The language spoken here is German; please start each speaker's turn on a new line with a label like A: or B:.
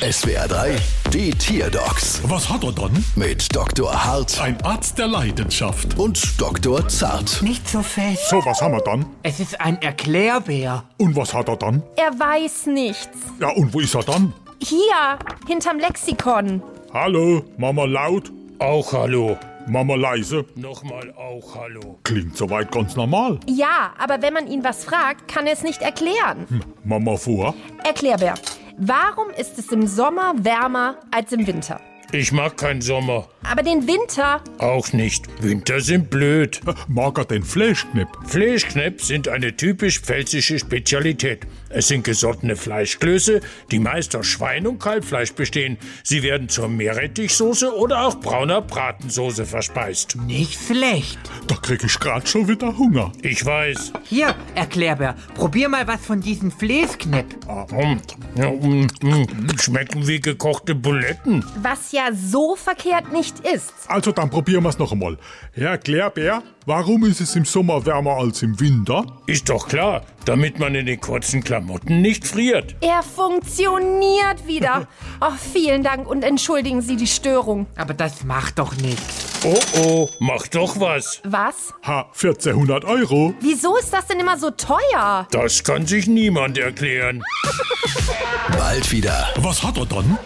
A: SWR 3, die Tierdocs
B: Was hat er dann?
A: mit Dr. Hart
B: Ein Arzt der Leidenschaft.
A: und Dr. Zart.
C: Nicht so fest.
B: So, was haben wir dann?
C: Es ist ein Erklärbär.
B: Und was hat er dann?
D: Er weiß nichts.
B: Ja, und wo ist er dann?
D: Hier, hinterm Lexikon.
B: Hallo, Mama laut,
E: Auch hallo.
B: Mama leise.
E: Nochmal auch hallo.
B: Klingt soweit ganz normal.
D: Ja, aber wenn man ihn was fragt, kann er es nicht erklären.
B: Mama vor.
D: Erklärbär, warum ist es im Sommer wärmer als im Winter?
E: Ich mag keinen Sommer.
D: Aber den Winter,
E: Auch nicht. Winter sind blöd.
B: Äh, Mag er den Fleischknipp?
E: Fleischknepp sind eine typisch pfälzische Spezialität. Es sind gesottene Fleischklöße, die meist aus Schwein- und Kalbfleisch bestehen. Sie werden zur Meerrettichsoße oder auch brauner Bratensoße verspeist.
C: Nicht schlecht.
B: Da krieg ich grad schon wieder Hunger.
E: Ich weiß.
C: Hier, Erklärbär, probier mal was von diesen Fleesknepp.
E: Mm, ja, mm, mm, schmecken wie gekochte Buletten.
D: was ja so verkehrt nicht ist.
B: Also, dann probieren wir's noch einmal. Herr Klärbär, warum ist es im Sommer wärmer als im Winter?
E: Ist doch klar, damit man in den kurzen Klamotten nicht friert.
D: Er funktioniert wieder. Oh, vielen Dank und entschuldigen Sie die Störung.
C: Aber das macht doch nichts.
E: Oh oh, mach doch was.
D: Was?
B: Ha, 1400 Euro.
D: Wieso ist das denn immer so teuer?
E: Das kann sich niemand erklären.
A: Bald wieder.
B: Was hat er dann?